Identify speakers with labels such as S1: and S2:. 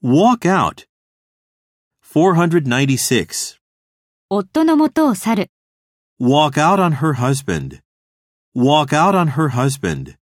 S1: Walk out. 496.
S2: 夫の元を去る。
S1: Walk out on her husband. Walk out on her husband.